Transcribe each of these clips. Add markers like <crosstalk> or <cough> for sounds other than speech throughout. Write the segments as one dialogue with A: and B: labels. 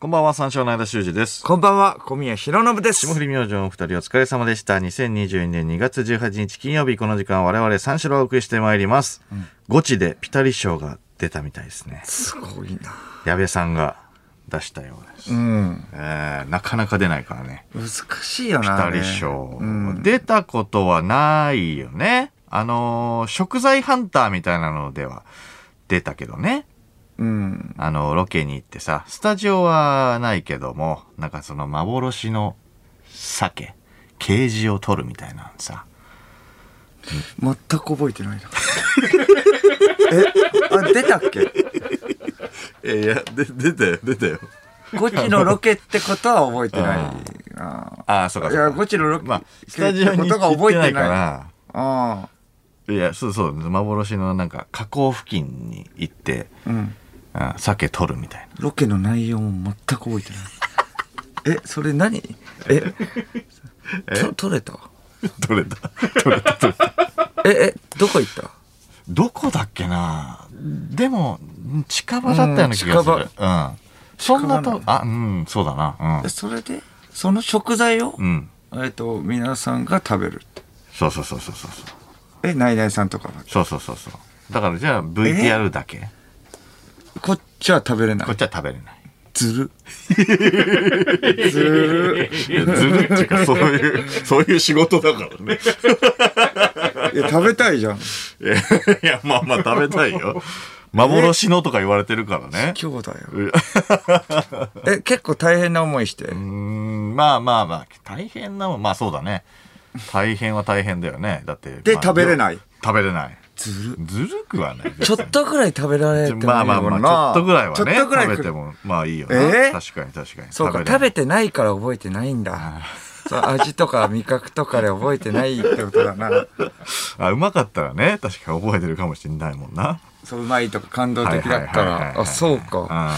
A: こんばんは、三照の間修二です。
B: こんばんは、小宮弘信です。
A: 霜降り明星のお二人お疲れ様でした。2022年2月18日金曜日、この時間我々三四郎をお送りしてまいります。ゴチでピタリ賞が出たみたいですね。
B: すごいな。
A: 矢部さんが出したようです。
B: うん。
A: えーなかなか出ないからね。
B: 難しいよな。
A: ピタリ賞。出たことはないよね。あのー食材ハンターみたいなのでは出たけどね。
B: うん。
A: あの、ロケに行ってさ、スタジオはないけども、なんかその幻の鮭、ケージを取るみたいなのさ。
B: 全く覚えて
A: <laughs>
B: ないな。えあ、出たっけ
A: え、いや、で、出たよ、出たよ。
B: ゴチのロケってことは覚えてないな。
A: ああ、そうか、
B: い
A: そうか。
B: や、ゴチのロケ、
A: まあ、スタジオに
B: ことが
A: 行っ
B: 覚
A: て
B: え
A: な
B: て
A: いか
B: ない。
A: ら、
B: あ
A: いや、そうそう、幻のなんか河口付近に行って、
B: あ。うん。
A: うん、鮭取るみたいな。
B: ロケの内容も全く覚えてない。え、それ何え、
A: <laughs>
B: と取れた
A: 取れた、取れた、取れた。
B: え、え、どこ行った
A: どこだっけなでも、近場だったような気がする。う
B: うんん。
A: そんな
B: 近場な
A: と
B: ん、
A: あ、うん、そうだな。
B: でそれで、その食材を
A: う、ん。うん。
B: えっと、皆さんが食べるって。
A: そうそうそうそうそうそう。
B: え、ナイナイさんとかは
A: そうそうそうそう。だからじゃあ VTR だけ。
B: こっちは食べれな
A: こっ
B: い。
A: ちは食べれない。
B: ずる。ずる。
A: いや、ずるっていうか、そういう、そういう仕事だからね。
B: いや、食べたいじゃん。
A: いや、まあまあ食べたいよ。幻のとか言われてるからね。
B: 今日だよ。
A: う
B: え、結構大変な思いして。
A: うーん、まあまあまあ、大変なもん、まあそうだね。大変は大変だよね。だって。
B: で
A: まあ
B: 食べれない。
A: 食べれない。
B: ずる。
A: ずるくはない。
B: ちょっとぐらい食べられてもいい
A: まあまあまあ、ちょっとぐらいはね。
B: ちょっとぐらい
A: 食べても、まあいいよね。
B: えー
A: 確かに確かに。
B: そうか、
A: れない
B: 食べてないから覚えてないんだ。そう味とか味覚とかで覚えてないってことだな。
A: あ、うまかったらね、確か覚えてるかもしれないもんな。
B: そう、うまいとか感動的だった
A: はいはいはいはい
B: ら。あ、そうか。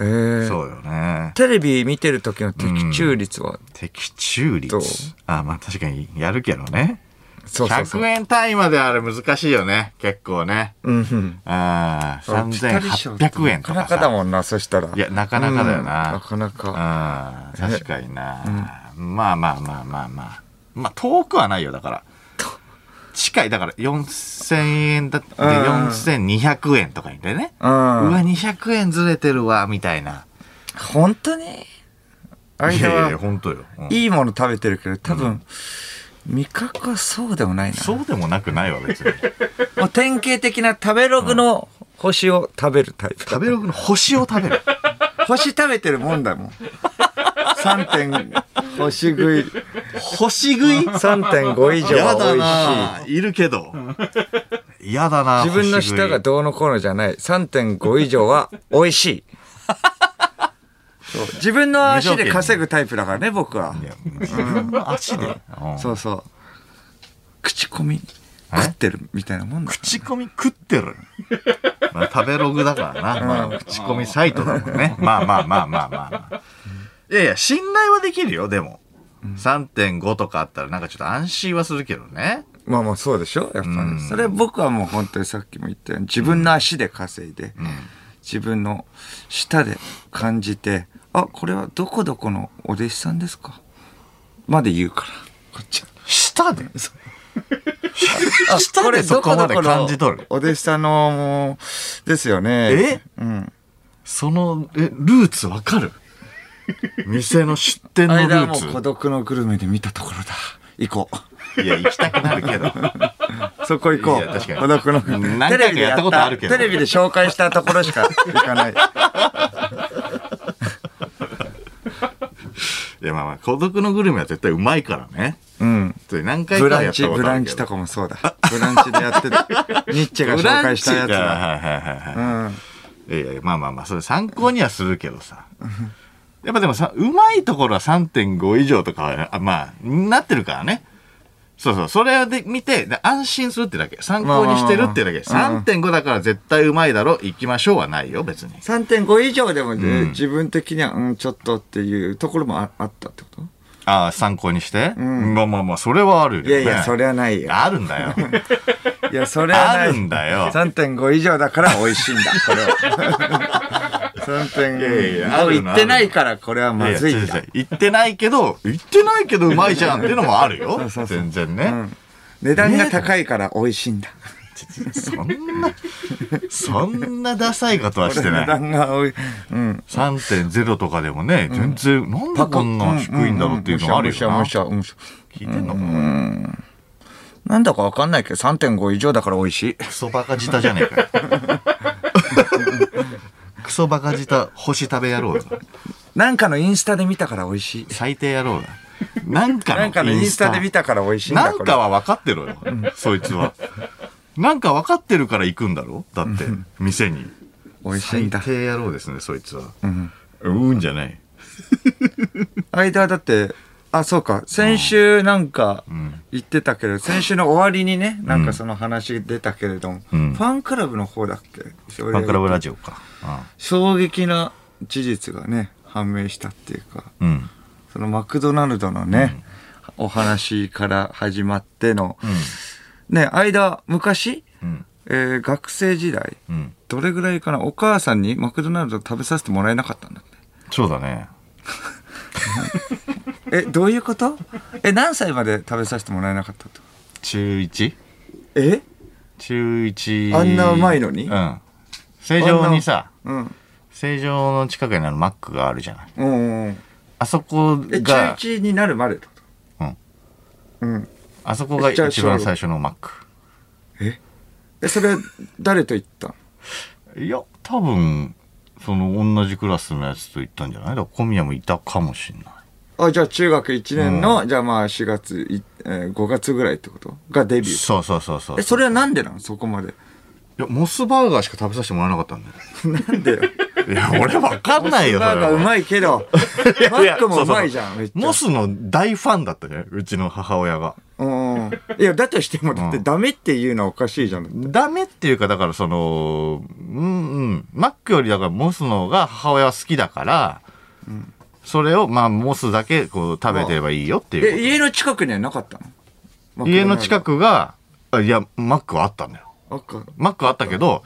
B: ええ
A: うんそうよね。
B: テレビ見てる時の的中率は、
A: 的中率
B: どう。
A: あ、まあ確かにやるけどね。
B: そうそうそう。
A: 100円単位まであれ難しいよね。結構ね。
B: うんうん。
A: ああ、3800円と
B: な
A: か
B: かなかだ
A: さ。
B: もんな、そしたら。
A: いや、なかなかだよ
B: うんな
A: な。
B: かなか。
A: うん、確かにな。まあまあまあまあまあ。まあ遠くはないよ、だから。近い、だから4000円だって、
B: うん
A: 4200円とかにでね。
B: う。
A: うんわ、200円ずれてるわ、みたいな。
B: 本当に
A: い
B: 間
A: やいやいや、
B: は
A: 本当よ。うん
B: いいもの食べてるけど、多分、味覚はそうでもないな。
A: そうでもなくないわ、別に。
B: もう典型的な食べログの星を食べるタイプ。
A: 食べログの星を食べる。
B: 星食べてるもんだもん。3点、星食い。
A: 星食い
B: 3.5以上
A: やだ
B: は
A: な。いるけど。やだな。
B: 美味しい。自分
A: 星
B: の
A: 食い
B: 舌がどうのこうのじゃない。3.5以上は美味しい。そう自分の足で稼ぐタイプだからね、僕は。
A: いや自分の足で。うん
B: そうそう。口コミ
A: え
B: 食ってるみたいなもんだ。
A: 口コミ食ってる。まあ、食べログだからな。まあ、口コミサイトだもんね。まあまあまあまあまあまあ。いやいや、信頼はできるよ、でも。3.5とかあったらなんかちょっと安心はするけどね。
B: まあまあそうでしょやっぱり。それ僕はもう本当にさっきも言ったように、自分の足で稼いで、自分の舌で感じて、あ、これはどこどこのお弟子さんですかまで言うから。こっちは。
A: 舌で
B: あ
A: 舌でそこまで感じ取る。
B: お弟子さんの、もう、ですよね。
A: え
B: うん。
A: その、え、ルーツわかる店の出店のル
B: <laughs> 間はもう孤
A: ー
B: 独のグルメで見たところだ。行こう。
A: <laughs> ツ。いや、行きたくなるけど。
B: そこ行こ。
A: いうや確かに
B: 孤独のグルメ。
A: 何回かやったことあるけど
B: テレビで紹介したところしか行かない。
A: いや、まあまあ、孤独のグルメは絶対うまいからね。
B: うん。
A: それ何回
B: ブ
A: かは
B: ラ
A: や
B: ン
A: った
B: チ、
A: こ
B: ブ
A: とあ
B: ラ
A: る
B: ン
A: け
B: チ
A: ど
B: と。かもそうだ。ブランチでやってた。ニッチェが紹介したやつ
A: ブラ
B: だ。
A: ンチがはいはいはいは
B: う
A: い。
B: ん。
A: いやいや、まあまあまあ、それ参考にはするけどさ。やっぱでもさ、うまいところは3.5以上とかは、あまあ、なってるからね。そうそう、それで見て、で安心するってだけ。参考にしてるってだけ。
B: まあまあまあ
A: 3.5だから絶対うまいだろ、行きましょうはないよ、別に。
B: 3.5以上でもね、自分的には、うん、ちょっとっていうところもああったってこと
A: ああ、参考にして。まあまあまあ、それはあるよ、ね。
B: いやいや、それはないよ。
A: あるんだ
B: <laughs>
A: よ。
B: いや、それはない。
A: あるんだよ <laughs>
B: 3.5以上だから美味しいんだ、これは。そ
A: やある
B: 3.5
A: な
B: 行ってないからこれはまずい
A: や
B: ん
A: や違う
B: だ
A: 違う言ってないけど、言ってないけどうまいじゃんっていうのもあ
B: <laughs>
A: るよ。全然ね。
B: うん値段が高いから美味しいんだ
A: そんな、そんなダサいことはして
B: 値
A: ない。
B: 段が多いうん
A: 3.0とかでもね、全然、なんでこんな低いんだろうっていうのはあるよ
B: うんうん
A: な
B: む。しゃむしゃむしゃむし
A: 聞いてんのかな
B: ゃなんだかわかんないけど3.5以上だから美味しい
A: クソバカ舌じゃねえかよ。 <laughs> クソバカ舌、星食べ野郎だ。
B: なんかのインスタで見たから美味しい
A: 最低野郎だ。なん
B: なん
A: か
B: か
A: の
B: の
A: イ
B: イ
A: ン
B: ン
A: ス
B: ス
A: タ
B: タで見たから美味しいんだ
A: なんか
B: こ
A: は分かってろよ、そいつは。なんか分かってるから行くんだろだって、店に。
B: れ美味しいんだ
A: 最低野郎ですね、そいつは。
B: ん
A: うん、うんじゃない。
B: 間だってあそうか先週なんか
A: ん
B: 言ってたけど、先週の終わりにねなんかその話出たけれども、
A: うん
B: ファンクラブの方だっけフ
A: バンクラブラジオか。
B: 衝撃な事実がね判明したっていうか
A: うん。うん
B: そのマクドナルドのね、お話から始まっての、ね間昔、
A: うん。
B: えー学生時代
A: うん。
B: どれぐらいかなお母さんにマクドナルド食べさせてもらえなかったんだって
A: そうだね。
B: えどういうことえ何歳まで食べさせてもらえなかったと
A: 中 1?
B: え
A: 中1。
B: あんなうまいのに
A: うん。正常にさ、
B: うん
A: 正常の近くにあるマックがあるじゃない。
B: うんうんうん
A: あそこ
B: え中
A: が、
B: 1になるまでと
A: うん。
B: うん
A: あそこが一
B: じゃあ小
A: 番
B: 六
A: 最初のマック。
B: ええそれ誰と行ったの
A: いや、多分、その同じクラスのやつと行ったんじゃないだから小宮もいたかもしんない。
B: あじゃあ中学1年の、じゃあまあ4月い、えー、5月ぐらいってことがデビュー
A: そうそうそうそう。
B: えそれはなんでなのそこまで
A: いや、モスバーガーしか食べさせてもらえ <laughs> なかったんだよ。
B: なんでよ
A: いや、俺わかんないよ、そ
B: バー
A: れ
B: ガーう
A: は。
B: まいけどマ
A: <laughs> いや
B: ックもうまいじゃん
A: そう
B: め
A: そう
B: っ
A: そ
B: ち
A: う
B: ゃ
A: モスの大ファンだったね、うちの母親が。
B: うんいやだとしてもだって
A: うん
B: ダメっていうのはおかしいじゃん、
A: ダメっていうか、だからその、うんうん、マックよりだからモスの方が母親は好きだから、それをまあモスだけこう食べてればいいよって
B: え
A: いう
B: 家の近くにはなかった
A: こ
B: の
A: と。家の近
B: く
A: くが、あいや、マックはあったんだよ。
B: あっか
A: マックはあったけど、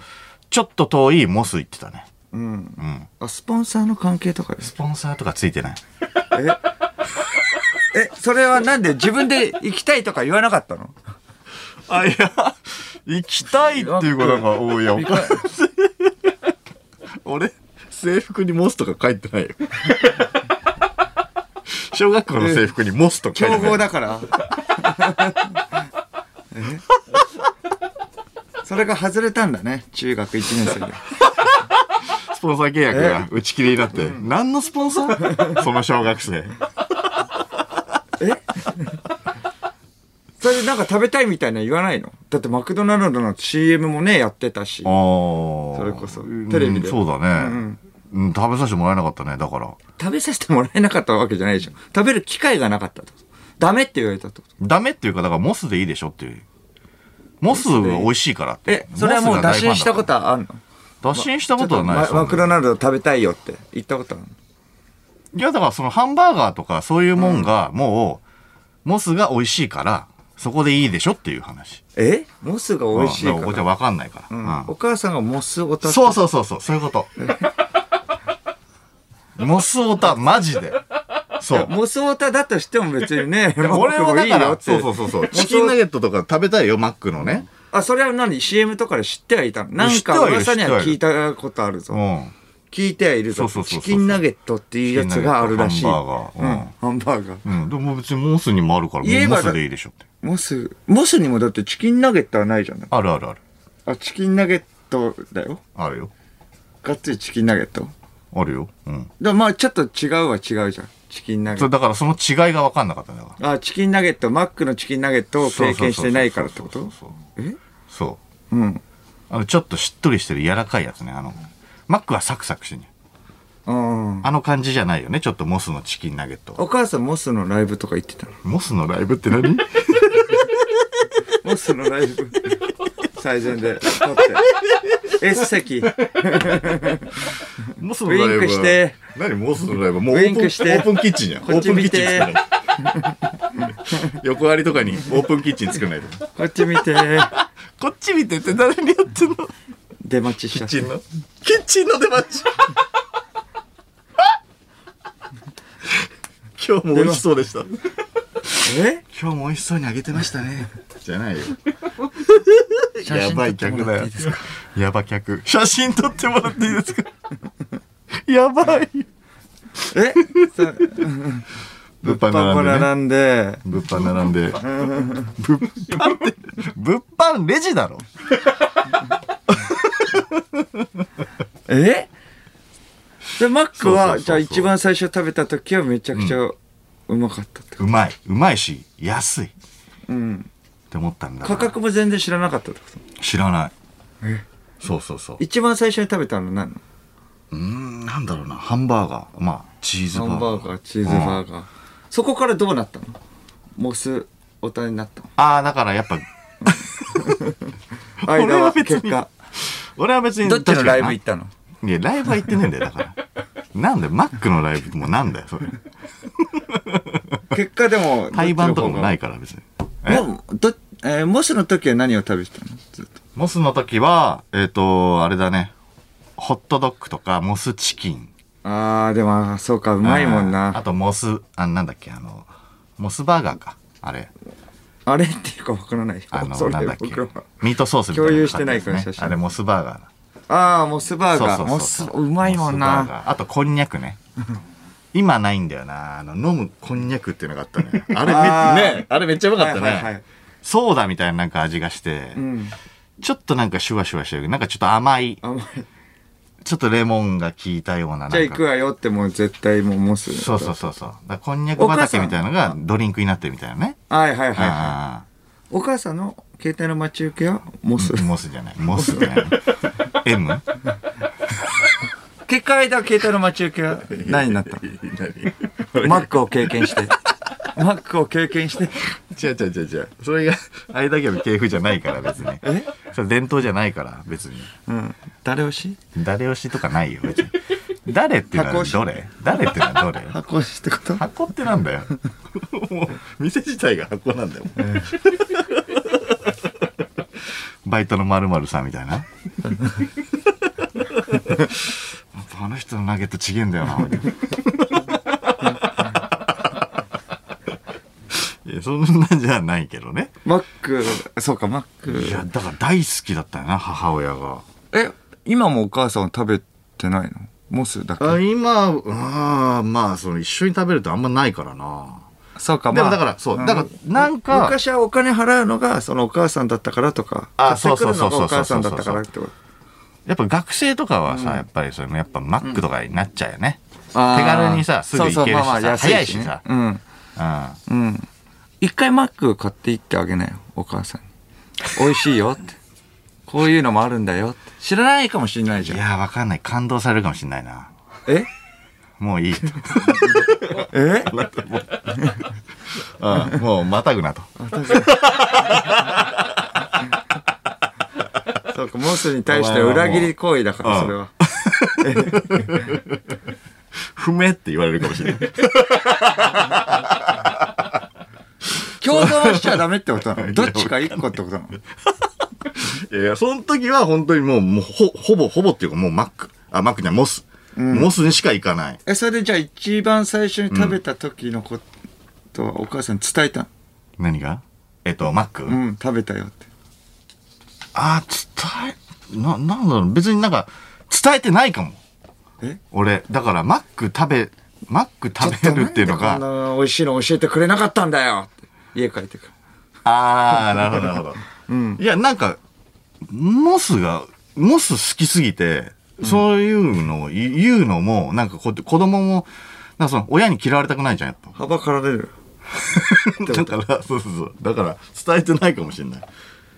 A: ちょっと遠いモス行ってたね。
B: うん
A: うん。
B: あスポンサーの関係とかです
A: スポンサーとかついてない。
B: ええそれはなんで自分で行きたいとか言わなかったの
A: あ、いや、行きたいっていうことが多いよ。俺、制服にモスとか書いてないよ。小学校の制服にモスとか書い
B: 強
A: てない
B: 豪。だからえそれが外れたんだね中学1年生で
A: スポンサー契約が打ち切りになって、何のスポンサ <laughs> ーその小学生。
B: それでなんか食べたいみたいなの言わないのだってマクドナルドの CM もねやってたし
A: あ
B: それこそテレビで
A: そうだね、うん食べさせてもらえなかったね、だから。
B: 食べさせてもらえなかったわけじゃないでしょ食べる機会がなかったってことダメって言われたってこと
A: ダメっていうか、だからモスでいいでしょっていう。モスが美味しいからって
B: え。それはもう打診したこと
A: は
B: はあんの
A: 打診したことはない
B: マ
A: そんな
B: マクドナルド食べたいよって言ったことあるの
A: いや、だからそのハンバーガーとかそういうもんが、もう、モスが美味しいから、そこでいいでしょっていう話。
B: えモスが美味しい
A: う
B: か
A: んだらこっちは
B: ら、
A: わかんないから。
B: うん
A: う
B: お母さんがモスを
A: ん
B: た
A: そうそうそうそう、そういう
B: <laughs>
A: こと。モスオタ、マジで。そう。
B: モスオタだとしても別にね、マッ
A: 俺
B: ク
A: は
B: も
A: だ
B: いいよ
A: か
B: っ
A: ら、
B: て
A: そうそうそうそう。チキンナゲットとか食べたいよ、マックのね。
B: あ、それは何 ?CM とかで知ってはいたのなんか噂には聞いたことある
A: う
B: ぞ。
A: ん。
B: 聞いてはいる
A: そ
B: ぞ。
A: うそうそうそう
B: チキンナゲットっていうやつがあるらしい。
A: チキンナゲット
B: うん
A: ハ
B: ハンバーガー。
A: うん。でも別にモスにもあるから、
B: 言えば
A: モスでいいでしょって。
B: モス、モスにもだってチキンナゲットはないじゃん。
A: あるあるある。
B: あ、チキンナゲットだよ。
A: あるよ。
B: がっつりチキンナゲット。
A: あるよ。うん。
B: だまあちょっと違うは違うじゃん。チキンナゲ
A: そ
B: ッ
A: うだからその違いが分かんなかったんだから。
B: ト。あ、チキンナゲット、マックのチキンナゲットを経験してないからってこと
A: そうそう
B: え
A: そう
B: うん。
A: あのちょっとしっとりしてる柔らかいやつねあのマックはサクサクしてんじゃん
B: うん。
A: あの感じじゃないよねちょっとモスのチキンナゲットは
B: お母さんモスのライブとか行ってたの
A: モスのライブって
B: <laughs>
A: 何
B: モスのライブ <laughs> 最善で撮って S 席
A: モスのライブは
B: ウインクして
A: 何モスのライブもうオ
B: ウイ
A: ー
B: ン
A: プン
B: クして
A: オープンキッチンじゃんオ
B: こっ
A: ー
B: ち
A: プンキッ
B: 見
A: チン
B: て
A: 作らない
B: <laughs>
A: 横割りとかにオープンキッチン作らないと
B: こっち見て
A: こっち見てって誰にやってんのキ
B: 出待ちしち
A: ッ
B: ゃっ
A: チンのキッチンの出待ち今日も美味しそうでした。
B: え
A: 今日も美味しそうにあげてましたね。じゃないよ。
B: 写
A: や
B: 真撮
A: ば
B: っ
A: い
B: て
A: 客
B: もら
A: だ
B: って
A: よ
B: いいですか。
A: やば客。写真撮ってもらっていいですかやばい。
B: えさ
A: 物
B: パパ
A: 販並んで、ね。
B: 並んで、
A: 物販並んで。物販って、物販レジだろ。
B: えで、マック
A: そうそうそうそ
B: は、
A: う
B: じゃあ一番最初食べた時はめちゃくちゃうまかったってこ
A: うまい。うまいし、安い。っ
B: と。うん。
A: て思ったんだな。
B: 価格も全然知らなかったってこと。
A: 知らない。
B: え
A: そうそうそう。
B: 一番最初に食べたの何の
A: うーん、なんだろうな。ハンバーガー。まあ、チーズバ
B: ハン
A: ーガ
B: バ
A: ー。
B: ーガー、チーズバーガー。そこからどうなったのモス、大人に
A: <laughs>
B: なったの。
A: ああ、だからやっぱ、俺
B: 間
A: は
B: は
A: 別に
B: 結果。
A: 俺は別に。
B: どっちのライブ行
A: い
B: ったの
A: や、ライブは行ってねえんだよ、だから。なんで、マックのライブもなんだよ、それ。
B: 結果でも、。
A: 対バンとかもないいから、別に。え
B: もうどえーモスの時は何を食べてたのずっと
A: モスの時は、えっ、と、あれだね。ホットドッグとか、モスチキン。
B: あー、でも、そうか、うまいもん
A: あーあ
B: な。
A: と、モス、あ、なんだっけ、あの、モスバーガーか。あれ。
B: あれっていうかわからない。
A: あの、
B: それ
A: なんだっけ
B: 僕は。
A: ミートソースみたいなの
B: 共有してないから
A: 買ったやつね
B: 写真
A: あれ、モスバーガーだ。
B: ああ、モスバーガー。モス、うまいもん
A: モスバー
B: な。
A: ガーあとこんにゃくね今ないんだよなあの飲むこんにゃくっていうのがあったね
B: <laughs>
A: あれめ
B: あー
A: ねあれめっちゃうまかったね、
B: はいはいはい
A: ソーダみたいななんか味がして、
B: うん。
A: ちょっとなんかシュワシュワしてるなんかちょっと甘い
B: 甘い。
A: ちょっとレモンが効いたようななん
B: じ
A: か
B: ゃあ行くわよってもう絶対もうモス。
A: そうそうそうそうだからこんにゃく畑みたいなのがドリンクになってるみたいなね
B: はいはいはいは
A: あ
B: い。お母さんの携帯の待ち受けはモス
A: ー。モスじゃないモスね
B: <laughs>
A: M?
B: 結果間は携帯の待ち受けは何になった
A: <laughs>
B: のマックを経験して。マックを経験して。
A: 違う違う違う違うそれがあれだけの系譜じゃないから別に
B: え
A: それ伝統じゃないから別に
B: うん。誰推し
A: 誰推しとかないよ別に誰っていうの
B: 箱
A: は
B: 推し
A: どれ誰っていうのはどれ <laughs>
B: 箱推しってこと
A: 箱ってなんだよもう店自体が箱なんだよ、 <laughs> バイトのまるさんみたいな <laughs> やっぱあの人のナゲットちげえんだよ <laughs> ないやそんなんじゃないけどね
B: マック、そうか、マッ
A: い
B: ク。
A: やだから大好きだったよな母親が
B: え、今もお母さんは食べてないのモスだけ。
A: あ今あーまあその一緒に食べるとあんまないからな
B: そうか、
A: でも
B: まあ。
A: だから、そう、だから、なんか、
B: 昔はお金払うのがそのお母さんだったからとか
A: あ
B: 買ってくるのが
A: そうそうそうそう
B: お母さんだったからってこと
A: やっぱ学生とかはさ、やっぱりそれもやっぱマックとかになっちゃうよね。
B: あー
A: 手軽にさ、すぐ行けるしさ、
B: そうそうまあまあ安
A: 早い
B: いし
A: し
B: ね
A: さ、
B: うん
A: う
B: うん一回マック買っていってあげなよお母さんに美味しいよってこういうのもあるんだよって知らないかもしれないじ
A: ん。い
B: ゃん
A: やー、わかんない。感動されるかもしんないな。
B: え
A: <laughs> もういい。
B: え
A: うん、もうまたぐなと。
B: そうかモスに対して裏切り行為だからそれは
A: <laughs> 不明って言われるかもしれ <laughs> ない。
B: 共存しちゃダメってこと <laughs> なのどっちか一個ってことなの
A: いやいや、その時は本当にもう、もうほ、ほぼ、ほぼっていうかもうマック。あ、マックじゃないモス。モスにしか行かない。
B: えそれでじゃあ一番最初に食べた時のことはお母さんに伝えたの
A: 何がえっと、マック、
B: うん食べたよって
A: あー、伝え、な、なんだろう、別になんか、伝えてないかも。
B: え
A: 俺、だから、マック食べ、マック食べるっていうの
B: ちょっ
A: が、
B: となんでこんな美味しいの教えてくれなかったんだよって家帰ってくる
A: ああ、なるほど、なるほど。いや、なんか、モスが、モス好きすぎて、そういうのを言言うのも、なんかこうやって子供も、なんかその、親に嫌われたくないじゃん、やっぱ。
B: はばかられる
A: だから、そうそうそう。だから、伝えてないかもしれない。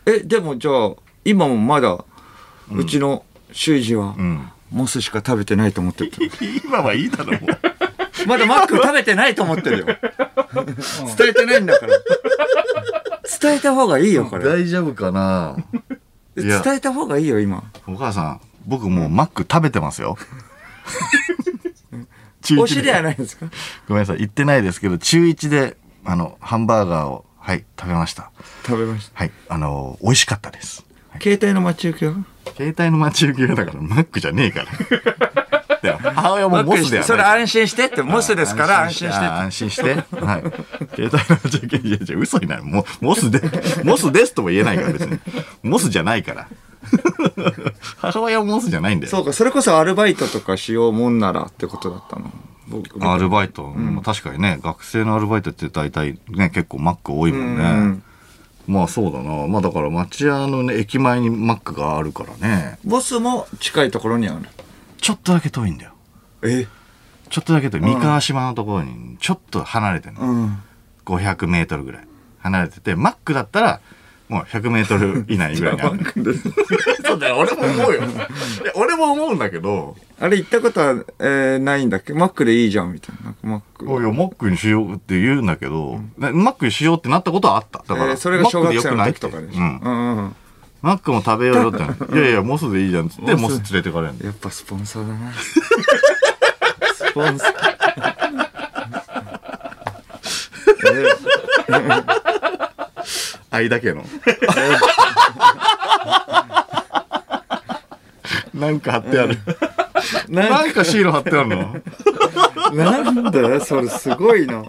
B: えでもじゃあ今もまだうちの修二は、
A: ん
B: モスしか食べてないと思ってる
A: <laughs> 今はいいだろ、もう。
B: <laughs> まだマック食べてないと思ってるよ <laughs> 伝えてないんだから伝えた方がいいよこれ
A: 大丈夫かないや
B: 伝えた方がいいよ今
A: お母さん、僕もうマック食べて
B: <laughs>
A: ますよ。中
B: 推
A: 一
B: しではないですか
A: ごめんなさい、言ってないですけど、中1で、あの、ハンバーガーを、はい、食べました。
B: 食べまし
A: はい、あのー美味しかったです。
B: た携帯の待ち受けは
A: 携帯の待ち受けがだから、マックじゃねえから。
B: <laughs>
A: ったよ。母親もモスでは
B: それ
A: ない。
B: 安心してって、モスですから安心して
A: あ安心して。はい。携帯の受験、いやいや、嘘になる。もモスで、モスですとも言えないから別に。モスじゃないから。 <laughs> 母親もモスじゃないんだよ。
B: そうか、それこそアルバイトとかしようもんならってことだったの。僕
A: アルバイト、まあ確かにね、学生のアルバイトって大体ね、結構マック多いもんね。
B: うん
A: まあそうだな。まあだから町屋のね、駅前にマックがあるからね。
B: ボスも近いところにある。
A: ちょっとだけ遠いんだよ。
B: え
A: ちょっとだけ遠い。三河島のところに、ちょっと離れてるの、
B: うん。
A: 500メートルぐらい離れてて、マックだったら、もう100メートル以内ぐ <laughs> らいにある。そうだよ、俺も思うよ。いや俺も思うんだけど、
B: あれ行ったことは、えーないんだっけマックでいいじゃんみたいな。なんかマック。
A: おいや、マックにしようって言うんだけど、なマックにしようってなったことはあった。だから、
B: えーそれが小学生の
A: マック
B: 時
A: で
B: と
A: よくないっ
B: かで
A: て
B: しょ。
A: う
B: うんんうん
A: マックも食べようよってな <laughs> って。いやいや、モスでいいじゃんっつって、モ
B: モス
A: ス連れてかれるんだよ
B: やっぱスポンサーだな。スポンサー。
A: 愛だけの。 <laughs> なんか貼ってある。
B: な
A: なんかシール貼ってある <laughs> の。
B: なんだよ、それすごいな。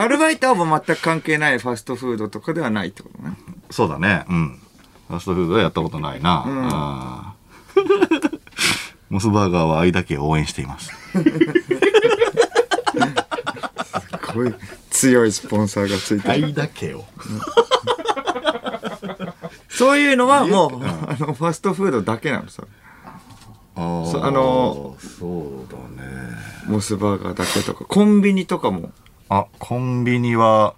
B: アルバイトはもう全く関係ないファストフードとかではないってことね。
A: そうだね。うん。ファストフードはやったことないな。 <laughs> うん、モスバーガーは愛だけを応援しています。
B: すごい強いスポンサーがついてる。
A: だけを。
B: そういうのはもう、あの、ファストフードだけなのさ。
A: あ
B: そうあの
A: そうだね。
B: モスバーガーだけとか、コンビニとかも、
A: あ、コンビニは、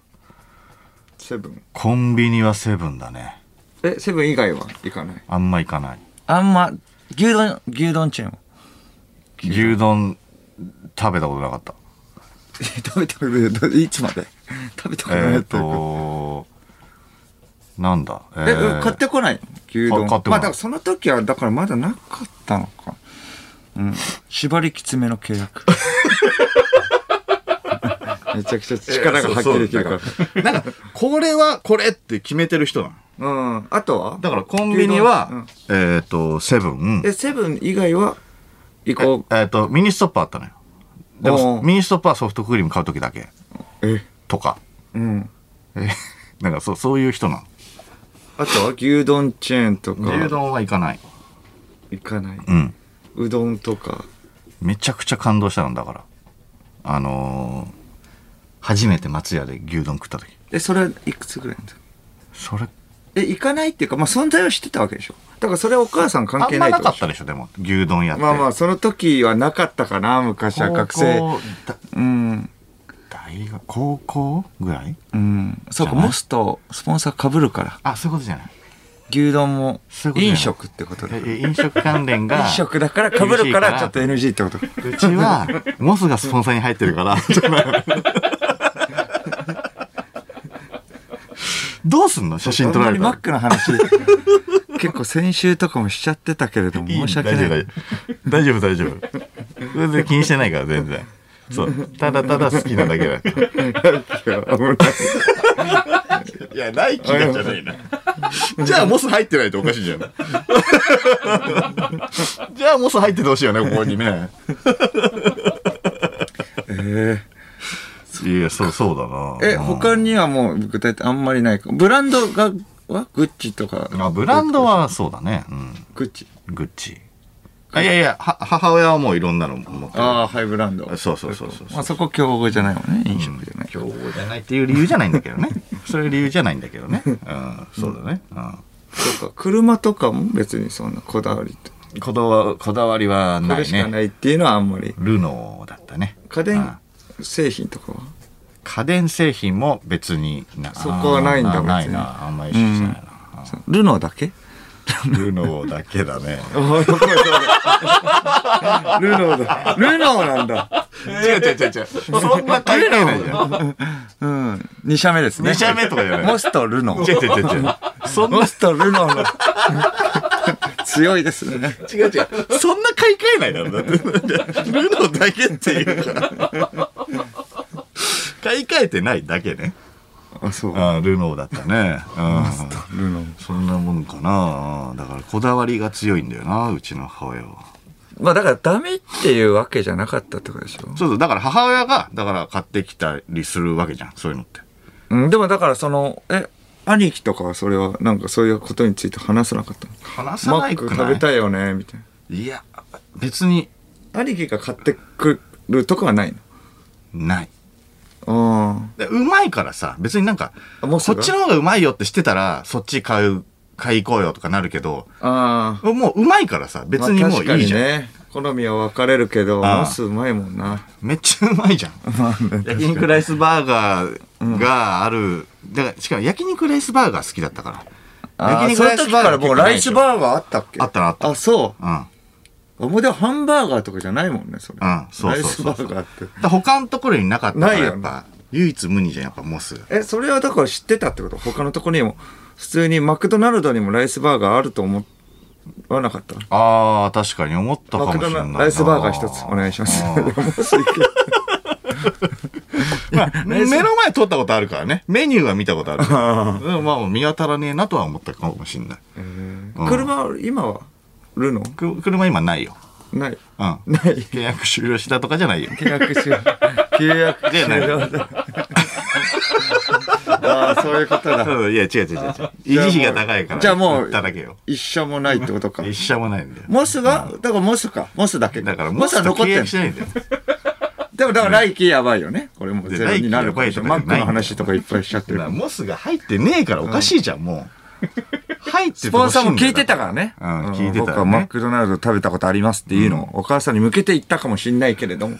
B: セブン。
A: コンビニはセブンだね。
B: え、セブン以外は行かない
A: あんま行かない。
B: あんま、牛丼、牛丼チェーンは
A: 牛丼食べたことなかった。
B: <laughs> 食べたことない。いつまで食べたことない
A: え
B: や
A: っ
B: つえ
A: と、なんだ。えー
B: 買ってこない牛
A: あ
B: 丼。
A: 買ってこない
B: まあ、だからその時は、だからまだなかったのか。うん。縛りきつめの
A: <laughs>
B: 契約。めちゃくちゃ力が発揮できるから。
A: なんか、これはこれって決めてる人なの。
B: うん。あとは
A: だからコンビニは、えっ、と、セブン。
B: え、セブン以外は行こ
A: えっと、ミニストップあったのよ。で
B: お
A: も、
B: ー
A: ミニストップはソフトクリーム買うときだけ。
B: う。え、
A: とか。
B: うん。
A: えなんかそう、そういう人な
B: あとは牛丼チェーンとか
A: の。牛丼は行かない。
B: 行かない。
A: うん。
B: うどんとか。
A: めちゃくちゃ感動したんだから。あのー初めて松屋で牛丼食ったとき。
B: え、それはいくつぐらいの時
A: それ、
B: え、行かないっていうか、まあ存在は知ってたわけでしょ。だからそれはお母さん関
A: あ
B: 係
A: ん
B: な
A: ま
B: い
A: な
B: てこ
A: か
B: と
A: ったでしょ、でも。牛丼屋って。
B: まあまあ、その時はなかったかな、昔は学生。
A: 高校だ
B: うん。
A: 大学、高校ぐらい
B: うん。そうか、
A: じゃない
B: モスとスポンサー被るから。
A: あ、そういうことじゃない。
B: 牛丼も
A: そういうことね
B: 飲食ってことだ。飲
A: え飲食関連が。
B: <laughs> 食だから被るからちょっと NG ってこと。
A: うちは、モスがスポンサーに入ってるから、 <laughs> どうすんの写真撮られ
B: あんま
A: た
B: りマックの話、結構先週とかもしちゃってたけれども、申し訳ない。
A: 大丈夫、大丈夫。大丈夫全然気にしてないから、全然。そう。ただただ好きなだけだから。いや、ナイキがじゃないな。じゃあ、モス入ってないとおかしいじゃん。じゃあ、モス入っててほしいよね、ここにね。
B: え
A: いや、そう、そうだな
B: ええ、他にはもう具体的にあんまりないか。ブランドが、はグッチとか。
A: あブランドはそうだね。うん。
B: グッチ。
A: グッチ。あ、いやいや、は母親はもういろんなの持ってる。
B: ああ、ハイブランド。
A: そうそうそうそう。
B: まあそこ競合じゃないもんね、飲食じゃない。
A: 競合じゃないっていう理由じゃないんだけどね。 <laughs> そういう理由じゃないんだけどね。うん、そうだね。う
B: そうか、車とかも別にそんなこだわりって。
A: ん。こだわこだわりは
B: こ
A: な
B: れ
A: い
B: しか
A: ね。
B: ないっていうのはあんまり。
A: ルノーだったね。
B: 家
A: うん
B: 電製品とかは
A: 家電製品も別にな。
B: そこはないんだ
A: あーな
B: 別
A: い
B: に
A: な。あんまり意識してないな。
B: そうルノーだけ
A: ルノーだけだね。
B: ルノーだ。ルノーなんだ。
A: <laughs> 違う違う違う違う。そんな関係ないじゃん。
B: うん。2社目ですね。
A: 二社目とかじゃない
B: モスとルノ
A: 違う
B: ー。
A: 違う違う違う。そんな
B: モスとルノーの。強いですね。
A: 違う違う。そんな買い替えないだろ。だって、ルノーだ <laughs> けっていうから。買い替えてないだけね。
B: ああそう
A: あルノーだったね。うん。
B: ルノー
A: そんなもんかな。だからこだわりが強いんだよな、うちの母親は。
B: まあだからダメっていうわけじゃなかったってことでしょ
A: そうそう、だから母親が、だから買ってきたりするわけじゃん、そういうのって。
B: うん、でもだからその、え、兄貴とかはそれは、なんかそういうことについて話さなかったの
A: 話さ
B: マ
A: な
B: ッ
A: いくな
B: ク
A: い
B: 食べたいよね、みたい
A: いや、別に
B: な。兄貴が買ってくるとかはない
A: ない。
B: のあ
A: でうまいからさ、別になんか、
B: あもうす
A: こっ
B: ぐ
A: ちの方がうまいよってしてたら、そっち買う、買い行こうよとかなるけど、
B: あ。ああ。
A: もううまいからさ、別にもういいじゃん。
B: まあ確かにね。好みは分かれるけど、
A: ああ
B: モスうまいもんな。
A: めっちゃうまいじゃん。焼肉ライスバーガーがある、だから、しかも焼肉ライスバーガー好きだったか
B: あ
A: 焼
B: あ、
A: 肉
B: そ
A: ラ
B: の
A: イス
B: 時
A: バーガー
B: からもうライスバーガーあったっけ
A: あったなあった
B: あ、そ
A: ら。うん。
B: う。あもうでもハンバーガーとかじゃないもんね、それ。
A: うんそう
B: ラ
A: そう
B: イス
A: そう
B: バ
A: そう
B: ーガーって。
A: だから他のところになかったから
B: ないよ
A: やっぱ唯一無二じゃんやっぱモス
B: え、それはだから知ってたってこと他のとこにも。普通にマクドナルドにもライスバーガーあると思わなかった
A: ああ確かに思ったか
B: マ
A: もし
B: ク
A: れ
B: ド
A: ない
B: ナライスバーガー一つお願い
A: <laughs>
B: します。
A: 目の前通ったことあるからねメニューは見たことあるけどうんまあ見当たらねえなとは思ったかもしれないうん
B: 車、今はルノー
A: く車今ないよ
B: ない。
A: うん
B: ない。
A: 契約終了したとかじゃないよ
B: 契約終了。契約終了だ。ああ、そういうことだ。
A: <laughs> うんいや違う違う違う違う維持費が高いから
B: じゃあもう
A: 言っただけよ
B: 一社もないってことか。
A: 一社もないんだよ
B: モスが、だからモスか。モスだけ。
A: だから
B: モ
A: モ
B: ス
A: ス
B: は
A: と
B: 残
A: 契
B: ってん
A: 約
B: の
A: し。ないんだよ
B: でもだから来期やばいよね。これもう
A: で
B: ゼロになるかもしれな
A: 来
B: い。マ
A: 期やばいとかじゃない
B: ックの話とかいっぱいしちゃって
A: だ
B: る
A: から。 <laughs> モスが入ってねえからおかしいじゃんもう入ってて
B: スポンサーも
A: ほし
B: 聞
A: んだ
B: いて
A: よだ
B: た
A: ら
B: からね。
A: うん聞いてたらね
B: 僕はマクドナルド食べたことありますっていうのを、お母さんに向けて言ったかもしんないけれども。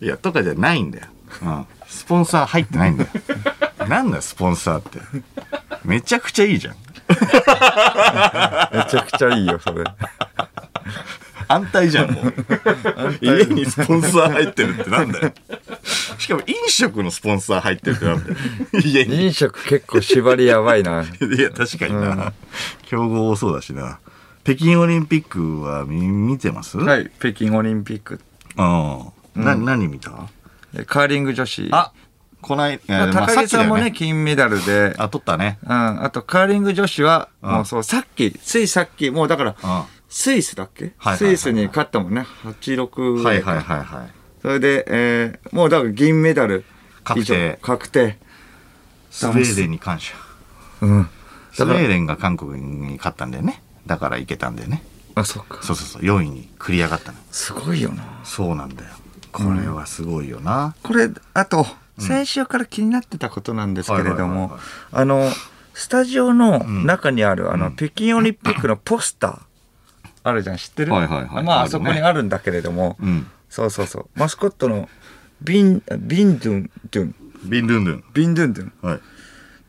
A: いや、とかじゃないんだよ。うん。スポンサー入ってないんだよ。 <laughs> なんだよスポンサーって。めちゃくちゃいいじゃん。
B: めちゃくちゃいいよ、それ。
A: 安泰じゃん、もう。家にスポンサー入ってるってなんだよ。しかも飲食のスポンサー入ってるってなん <laughs> だよ。家に。
B: <laughs> 飲食結構縛りやばいな。
A: いや、確かにな。競合多そうだしな。北京オリンピックは見見てますい。
B: <laughs> はい、北京オリンピック。
A: うん。な、何見た
B: カーリング女子。
A: あ、こない、えーまあ
B: 高木さんも
A: さっきだよ
B: ね、金メダルで。
A: あ、取ったね。
B: うん、あと、カーリング女子は、
A: うん
B: もうそう、さっき、ついさっき、もうだから
A: うん、
B: スイスだっけ
A: はいはいはい
B: スイスに勝ったもんね、86。
A: はいはいはいはい。
B: それで、えー、もうだから銀メダル。
A: 確定
B: 以上確定。
A: スウェーデンに感謝。
B: うん。
A: スウェーデンが韓国に勝ったんだよね。だから行けたんだよね。
B: あ、そっか。
A: そうそうそう、4位に繰り上がったの。
B: すごいよな。
A: そうなんだよ。これはすごいよな。
B: これ、あと、先週から気になってたことなんですけれど
A: はいはいはいは
B: も
A: い、
B: あの、スタジオの中にある、あの、北京オリンピックのポスター、あるじゃん、知ってる
A: はいはいはいあ
B: まあ、
A: るね
B: あそこにあるんだけれども、
A: うん。
B: そうそうそう。マスコットの、ビン、ビンドゥン、ドゥン、
A: ビンドゥンドゥン。
B: ビンドゥンドゥン
A: はい。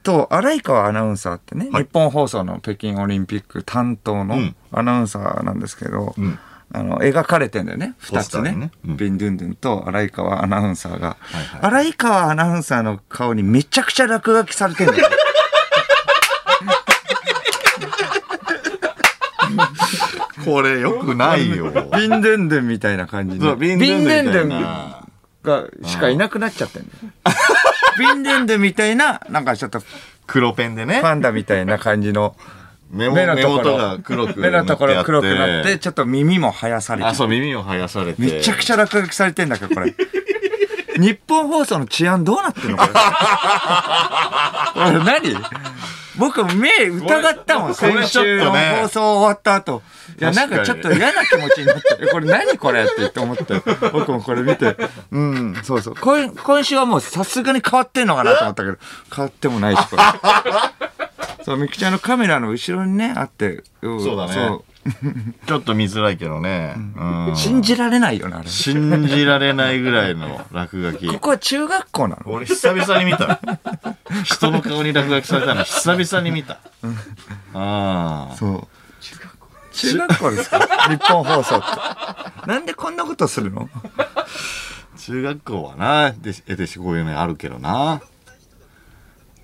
B: と、荒井川アナウンサーってね、
A: はい
B: 日本放送の北京オリンピック担当
A: う
B: の
A: ん
B: アナウンサーなんですけど、
A: うん
B: あの、描かれてんだよね、二
A: ポス
B: つ
A: ター
B: ね。
A: にねうん
B: ビンドゥンドゥンと荒井川アナウンサーが。
A: いはい
B: 荒井川アナウンサーの顔にめちゃくちゃ落書きされてん
A: <laughs>
B: だよ。
A: これよくないよ。
B: ビンドゥンドゥンみたいな感じで。
A: そうビンドゥンドゥンみたいな
B: ビンドゥンドゥンが、しかいなくなっちゃってんだよ。ビンドゥンドゥンみたいな、なんかちょっと
A: 黒ペンでね。
B: パンダみたいな感じの。
A: <laughs> 目も
B: 目の
A: 目
B: とこ
A: 元
B: ろ
A: が黒く
B: 目のところ黒くなっ
A: あ
B: て、ちょっと耳も生やされ
A: あ、
B: て。
A: そう、耳を生やされて。
B: めちゃくちゃ落書きされてんだけど、こ <laughs> れ。日本放送の治安どうなってんのこれ。これ <laughs> 何僕目疑ったもん、
A: これ
B: 先週の
A: これちょっとね
B: 放送終わった後。いや、なん
A: 確かに
B: かちょっと嫌な気持ちになって、 <laughs> えこれ何これって言って思って、僕もこれ見て、うん、そうそう。今今週はもうさすがに変わってんのかなと思った <laughs> けど、変わってもないし、こ <laughs> れ。そう、みきちゃんのカメラの後ろにね、あって、うん
A: そうだねちょっと見づらいけどね。うん。
B: 信じられないよな、あれ。
A: 信じられないぐらいの落書き
B: こ。こは中学校なの
A: 俺久々に見た。人の顔に落書きされたの久々に見た。ああ。
B: そう。中学校ですか日本放送って。 <laughs> なんでこんなことするの
A: 中学校はな、で得てしこういうのあるけどな。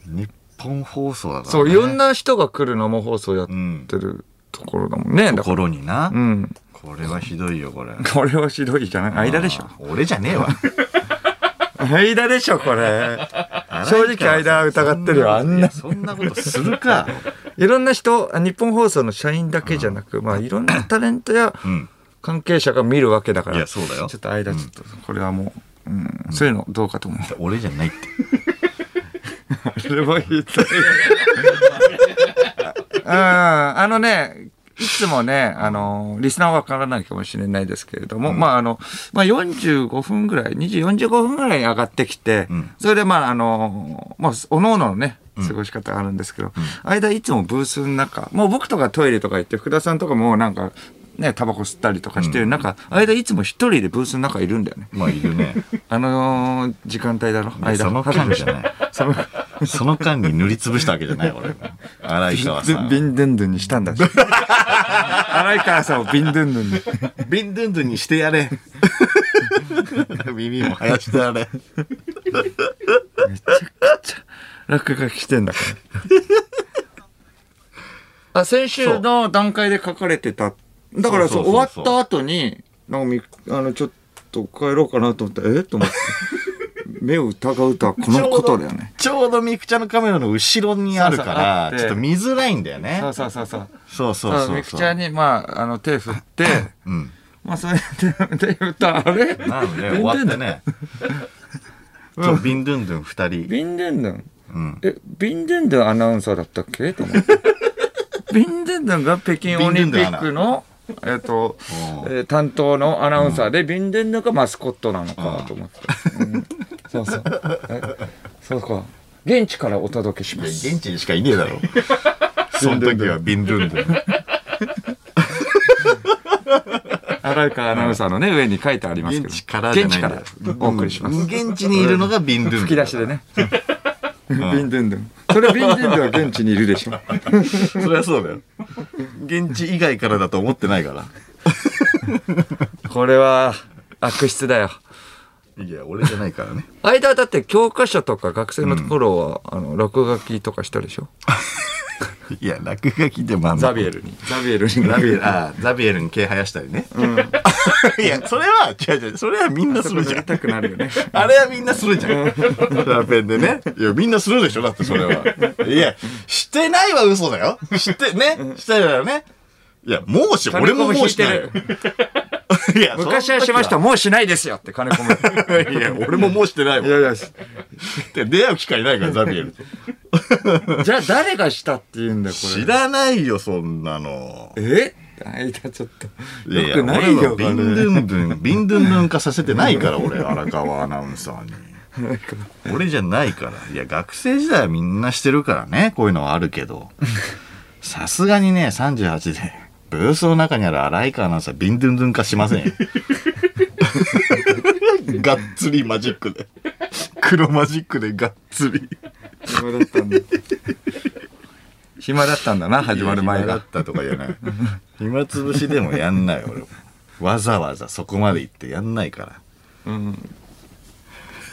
A: 日本放送だから、ね。
B: そう、いろんな人が来る生放送やっ
A: うん。
B: てるところだもんね。だから
A: 心にな、
B: うん。
A: これはひどいよ、これ。
B: これは白いじゃない間でしょ
A: あ。ー俺じゃねえわ。
B: 間でしょ、これ。 <laughs> 正直間疑ってるよ、あんな。
A: そんなことする
B: <laughs>
A: か。
B: <laughs> いろんな人、日本放送の社員だけじゃなく、まあ、いろんなタレントや
A: ん
B: 関係者が見るわけだから。
A: いやそうだよ
B: ちょっと間、ちょっと、これはもう、うん、そういうのどうかと思う。
A: 俺じゃ
B: <laughs>
A: ないって。
B: あれはひどい。うん、あのね、いつもね、あの、リスナーはわからないかもしれないですけれども、まあ、あの、まあ、45分ぐらい、2時45分ぐらいに上がってきて、
A: ん
B: それで、まあ、あの、まあ、おののね、過ごし方があるんですけど、間いつもブースの中、もう僕とかトイレとか行って、福田さんとかもなんか、ね、タバコ吸ったりとかしてる中、間いつも一人でブースの中いるんだよね。
A: まあ、いるね。
B: あのー時間帯だろ間。
A: その <laughs> 間じゃない。
B: その
A: その間に塗りつぶしたわけじゃない、俺。荒井川さん。
B: ビンドゥンドゥンにしたん
A: <laughs>
B: だし。荒井川さんをビンドゥンドゥンに。
A: ビンドゥンドゥンにしてや <laughs> れ。耳も生やしてやれ。
B: 落書きしてんだから。 <laughs> あ、先週の段階で書かれてた。だからそ
A: そうそう
B: う
A: そう
B: 終わった後に、なんかみ、あの、ちょっと帰ろうかなと思って、えと <laughs> 思って。目を疑うとはこのことだよね。
A: ちょうどみくちゃんのカメラの後ろにあるか
B: そうそうあっ
A: ら、ち
B: て
A: ょっと見づらいんだよね。
B: <laughs> そうそうそう。
A: そうそう
B: そう
A: そう。
B: ミクチャーに、まあ、あの、手振 <laughs> って、
A: うん。
B: まあ、それで、手振ったら、あれ
A: なんで、終わってね。そう、ビンドゥンドゥン二人。
B: ビンドゥンドゥン。
A: うん。
B: え、ビンデンデンアナウンサーだったっけと思って。 <laughs> ビンデンデンが北京オリンピックの、えっと、
A: お
B: えー担当のアナウンサーで、ビンデンデンがマスコットなのかと思って。うん <laughs> そうそう。えそうか。現地からお届けし
A: い
B: ま
A: や
B: す。
A: 現地にしかいねえ <laughs> だろ。その時はビンドゥンドゥン。
B: 荒川アナウンサーのね、上に書いてありますけど。
A: 現地からじゃない
B: 現
A: ん
B: 地
A: だ
B: か
A: よ
B: らお送りします。
A: 現地にいるのがビンドゥンドゥン。
B: 吹き出しでね。ビンデンデン。それビンデンデンは現地にいるでしょ。
A: そりゃそうだよ。現地以外からだと思ってないか
B: これは悪質だよ。
A: ら。いや、俺じゃないからね。
B: 間はだって教科書とか学生の頃は、あの落書きとかしたでしょ
A: いや、落書きでまあまあ
B: ザビエルにザビエルに
A: ザビエル、あザビエルに毛生やしたりね。 <laughs> いや、それは、違う違う、それはみんなするじゃん。
B: たくなるよね
A: あれはみんなするじゃん。シャーペンでね。いや、みんなするでしょだってそれは。いや、してないは嘘だよ。して、ね。してるよね。いや、もうし、 <laughs> 俺ももうしてる。いや、
B: 昔はしましたもうしないですよって金込む
A: た。 <laughs> いや、俺ももうしてないもん。
B: いやし
A: で出会う機会ないから、ザビエル
B: <laughs>
A: と。
B: じゃあ誰がしたって言うんだよこ
A: 知らないよ、そんなの。
B: れえ間ちょっと
A: いやいや、
B: よくない
A: 俺
B: よ
A: はビンドゥンドゥン、ビンドゥンドゥン化させてない
B: <laughs>
A: から、俺、荒川アナウンサーに。俺じゃないから。いや、学生時代はみんなしてるからね、こういうのはあるけど。さすがにね、38で、ブースの中にある荒井川アナウンサー、ビンドゥンドゥン化しませんよ。
B: <laughs>
A: がっつりマジックで。黒マジックでがっつり。
B: 暇だったんだ暇だったんだな始まる前
A: いや暇だ
B: が
A: ったとかじゃない暇つぶしでもやんない俺もわざわざそこまで行ってやんない <laughs> から
B: うん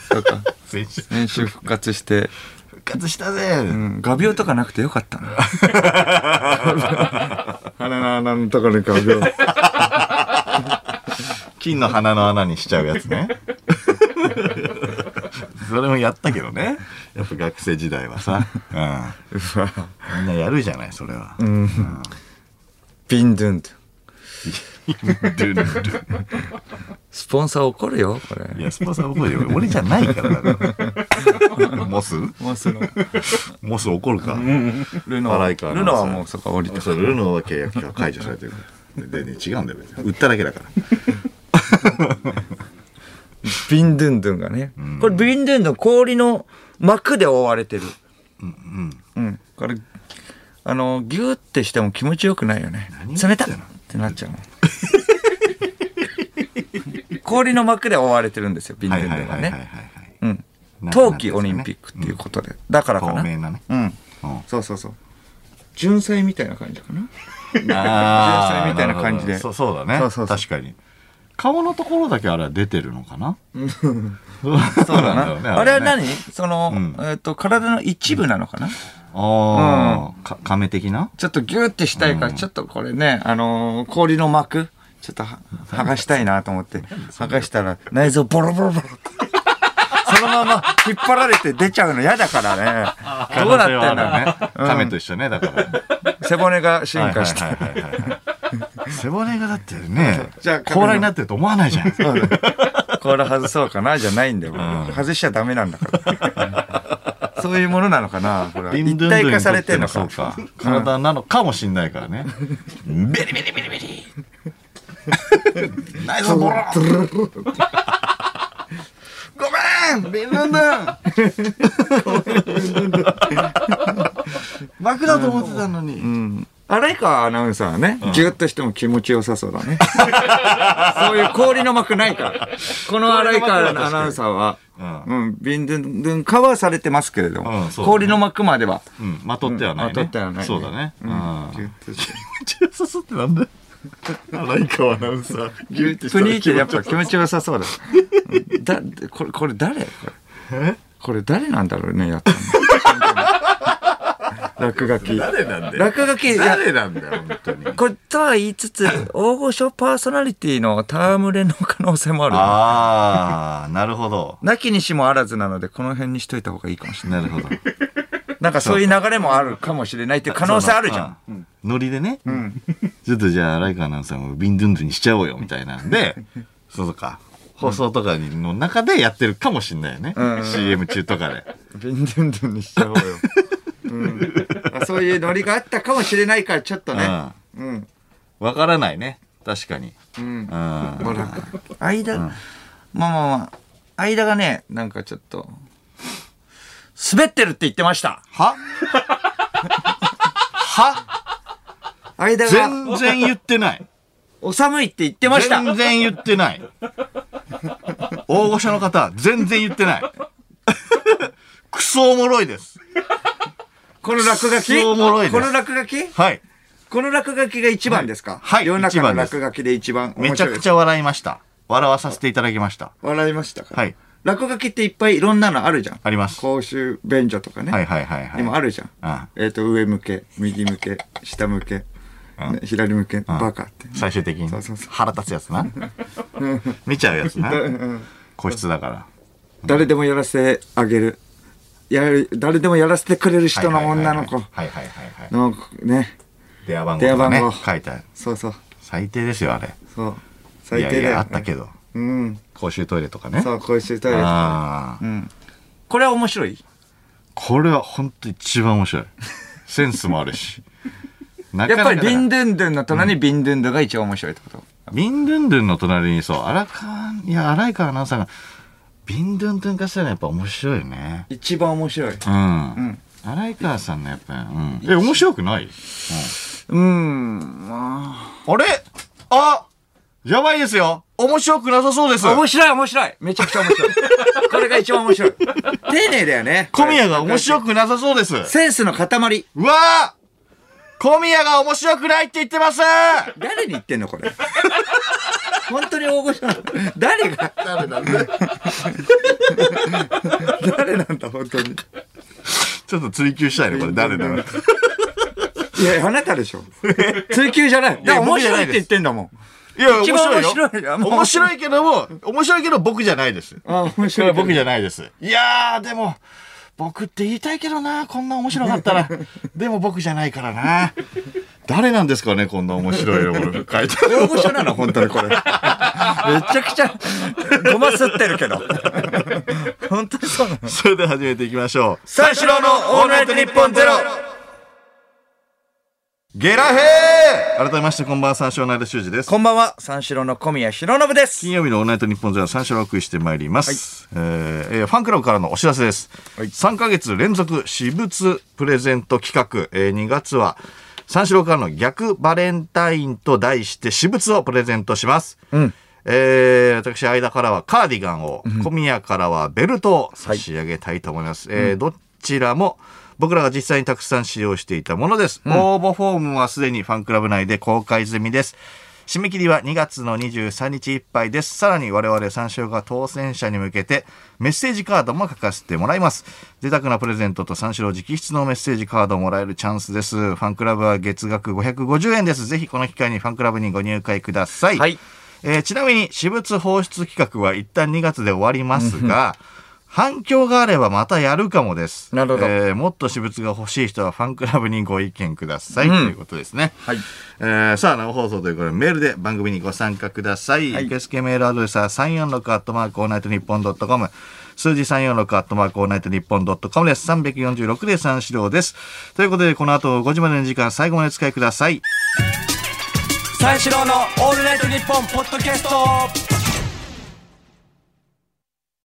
B: そうか
A: 先週
B: 練習復活して、
A: 復活したぜ、
B: うん、画鋲とかなくてよかったな <laughs> 鼻の穴のところに画鋲
A: 金の鼻の穴にしちゃうやつね <laughs> それもやったけどねやっぱ学生時代はさ、うん、みんなやるじゃないそれは、うん、
B: ビンドゥンドゥン
A: い
B: スポンサー怒るよこれ
A: やスポンサー覚えてる俺じゃないからだからモス
B: もうその
A: モス怒るか、
B: ル
A: ノ
B: ノ
A: は
B: はルノはもうそこ降りて
A: そうルノーは契約が解除されてるからでで違うんだよ別に売っただけだから
B: ビンドゥンドゥンがね、これビンドゥンドゥン氷の膜で覆われてるうん、これあのギューってしても気持ちよくないよね
A: 何
B: 冷たっってなっちゃうもん <laughs> 氷の膜で覆われてるんですよビンドゥンドゥンがねうん冬季オリンピックっていうことで、だからか
A: 透
B: な
A: 明なね
B: うん
A: うん
B: そうそうそう純粋みたいな感じかな
A: あー
B: 純粋みたいな感じで
A: るほどそうそうだね
B: そうそうそう
A: 確かに顔のところだけあれは出てるのかな <laughs> そう
B: そうだ
A: なん
B: な。
A: だよね
B: あれは
A: ね
B: 何その、
A: うん
B: えっ、と、体の一部なのかな、
A: ああカメ的な
B: ちょっとギューってしたいから、ちょっとこれね、あのー氷の膜、ちょっとは剥がしたいなと思って、剥がしたら内臓ボロボロボロって。そのまま引っ張られて出ちゃうの嫌だ <laughs> からね。
A: 可
B: ど
A: 能
B: うなっ
A: 性は
B: て
A: あ
B: んだろうね。
A: るね。亀と一緒ね、だから。
B: 背骨が進化して。
A: はいはいはいはい背骨がだってね、
B: じゃあ
A: 甲羅になってると思わないじゃん。
B: そうだねこれ外そうかなじゃないんだよ。
A: ん
B: 外しちゃダメなんだから。
A: <laughs>
B: そういうものなのかなこれは
A: ビン
B: 一
A: ドゥンドゥンにとっ
B: 体化
A: て
B: さ
A: は
B: れてんの
A: そう
B: か。
A: か。体なのかもしんないからね。ベリベリベリベリ。内臓ボロッ
B: ごめんビンドゥンドゥン
A: 楽だと思ってたのに。
B: 荒川アナウンサーはね、ギュッとしても気持ちよさそうだね。そういう氷の膜ないから。この荒川アナウンサーは、
A: う
B: うん、ビンドゥンドゥン化はされてますけれども、
A: うんそうだね
B: 氷の膜までは。
A: うん、まとってはないね。
B: まとってはないね
A: そうだね。うん
B: ギュッとして
A: 気持ちよさそうって
B: <laughs>
A: なんだよ。荒川アナウンサー。ギュッて
B: プニーってやっぱ
A: 気
B: 気持ちよさそうだ。うんだ、これ、これ誰これ
A: え
B: これ誰なんだろうね、やった <laughs> の落書き。
A: 誰なんだよ。
B: 落書き、いや
A: 誰なんだよ、本当に。
B: これとは言いつつ、大御所パーソナリティの戯れの可能性もあるよね。
A: あー、なるほど。
B: なきにしもあらずなので、この辺にしといた方がいいかもしれない。
A: なるほど。
B: なんかそういう流れもあるかもしれないっていう可能性あるじゃん。
A: そうな。うんノリでね。ちょっとじゃあ、荒川アナウンサーもビンドゥンドゥンにしちゃおうよ、みたいなんで、そうか。放送とかの中でやってるかもしんないよね。
B: うん
A: CM 中とかで。
B: ビンドゥンドゥンにしちゃおうよ。うん、そういうノリがあったかもしれないから、ちょっとね。うん。
A: わからないね。確かに。
B: う。
A: うんん。
B: ほら、間、まあまあまあ、間がね、なんかちょっと、滑ってるって言ってました。 <laughs>
A: はは
B: 間が、
A: 全然言ってない。
B: お寒いって言ってました。
A: 全然言ってない。大御所の方、全然言ってない。クソおもろいです。
B: この落書き
A: そうおもろいです
B: この落書き
A: はい。
B: この落書きが一番ですか
A: はい
B: 世の中
A: 一
B: の
A: 番です
B: 落書きで一番
A: め
B: 面
A: ちゃ
B: 白い
A: く
B: です
A: ちゃ笑いました。笑わさせていただきました。
B: 笑いましたか
A: はい。
B: 落書きっていっぱいいろんなのあるじゃん。
A: あります
B: 公衆便所とかね。
A: はいはいはいはい。
B: でもあるじゃん。
A: あ
B: えっ、と、上向け、右向け、下向け、ね左向け、バカって。
A: 最終的に
B: そうそうそう
A: 腹立つやつ
B: <laughs>
A: な。見ちゃうやつな。個室だから。
B: 誰でもやらせてあげる。やる、誰でもやらせてくれる人の女の子
A: はいはいはいはいはい。
B: のね。
A: 電話番号とか
B: 電話
A: ね
B: 番号
A: 書いてある。
B: そうそう。
A: 最低ですよ、あれ。
B: そう。
A: い
B: 最低
A: や
B: だよ、ね。
A: いや、あったけど。
B: うん。
A: 公衆トイレとかね。
B: そう、公衆トイレとか。
A: ああ。
B: これは面白い
A: これは本当一番面 <laughs> 白い。センスもあるし。な
B: やっぱりビン
A: ド
B: ドゥンドゥンの隣にビンドゥンドゥンが一番面白いってこと。
A: ビンドゥンドゥンの隣にそう、荒川、いや、荒い川アナウンサーが、ビンドゥンドゥン化したらやっぱ面白いよね。
B: 一番面白い。
A: うん。荒井川さんのやっぱ、うん。え、面白くない
B: うん。ま
A: あれあやばいですよ面白くなさそうです
B: あ面白い面白いめちゃくちゃ面白
A: <laughs>
B: い。これが一番面白い。丁寧だよね。
A: 小宮が面白
B: く。
A: くなさそうです
B: センスの塊。
A: うわー小宮が面白くないって言ってます
B: 誰に言ってんのこ
A: <laughs>
B: れ。本当に大御所なの誰が誰なんだ誰なんだ本当に。
A: ちょっと追求したいね、これ誰
B: <laughs>
A: だろう。
B: いや、あなたで <laughs> しょ。追求じゃない。
A: や
B: だから面白
A: 僕
B: いっ
A: じゃないです
B: て言ってんだもん。
A: いや、面
B: 一番
A: 白いよ。
B: 面白いよもう
A: 面白いけども、面白いけど僕じゃないです。
B: あ、面
A: それ
B: 白。
A: はい僕じゃないです。いやー、でも、僕って言いたいけどな、こんな面白かったら。でも僕じゃないからな。誰なんですかね、こんな面白いのこれ書い
B: <laughs>
A: てある
B: 大御所なの本当にこれ。 <laughs> めちゃくちゃ、ごますってるけど。本当にそうなの
A: それでは始めていきましょう。
B: 三四郎のオールナイトニッポンゼロ
A: ゲラヘー改めまして、こんばんは、三四郎の間修二です。
B: こんばんは、三四郎の小宮浩信です
A: 金。曜日のオールナイトニッポンゼロ三四郎をお送りしてまいります、えーえーファンクラブからのお知らせです。
B: はい
A: 3ヶ月連続私物プレゼント企画、えー2月は三四郎からの逆バレンタインと題して私物をプレゼントします。えー私、間からはカーディガンを、小宮からはベルトを差し上げたいと思います。えーどちらも僕らが実際にたくさん使用していたものです。応募フォームはすでにファンクラブ内で公開済みです。締め切りは2月の23日いっぱいです。さらに我々三章が当選者に向けてメッセージカードも書かせてもらいます。贅沢なプレゼントと三四郎直筆のメッセージカードをもらえるチャンスです。ファンクラブは月額550円です。ぜひこの機会にファンクラブにご入会ください。
B: はい
A: えーちなみに私物放出企画は一旦2月で終わりますが、反響があればまたやるかもです。
B: なるほど
A: えーもっと私物が欲しい人はファンクラブにご意見ください、ということですね。
B: はい。
A: えーさあ、生放送ということで、メールで番組にご参加ください。
B: はい
A: 受付メールアドレスは346アットマークオールナイトニッポンドットコム。数字346アットマークオールナイトニッポンドットコムです。346で三四郎です。ということで、この後5時までの時間、最後までお使いください。
C: 三四郎のオールナイトニッポンポッドキャスト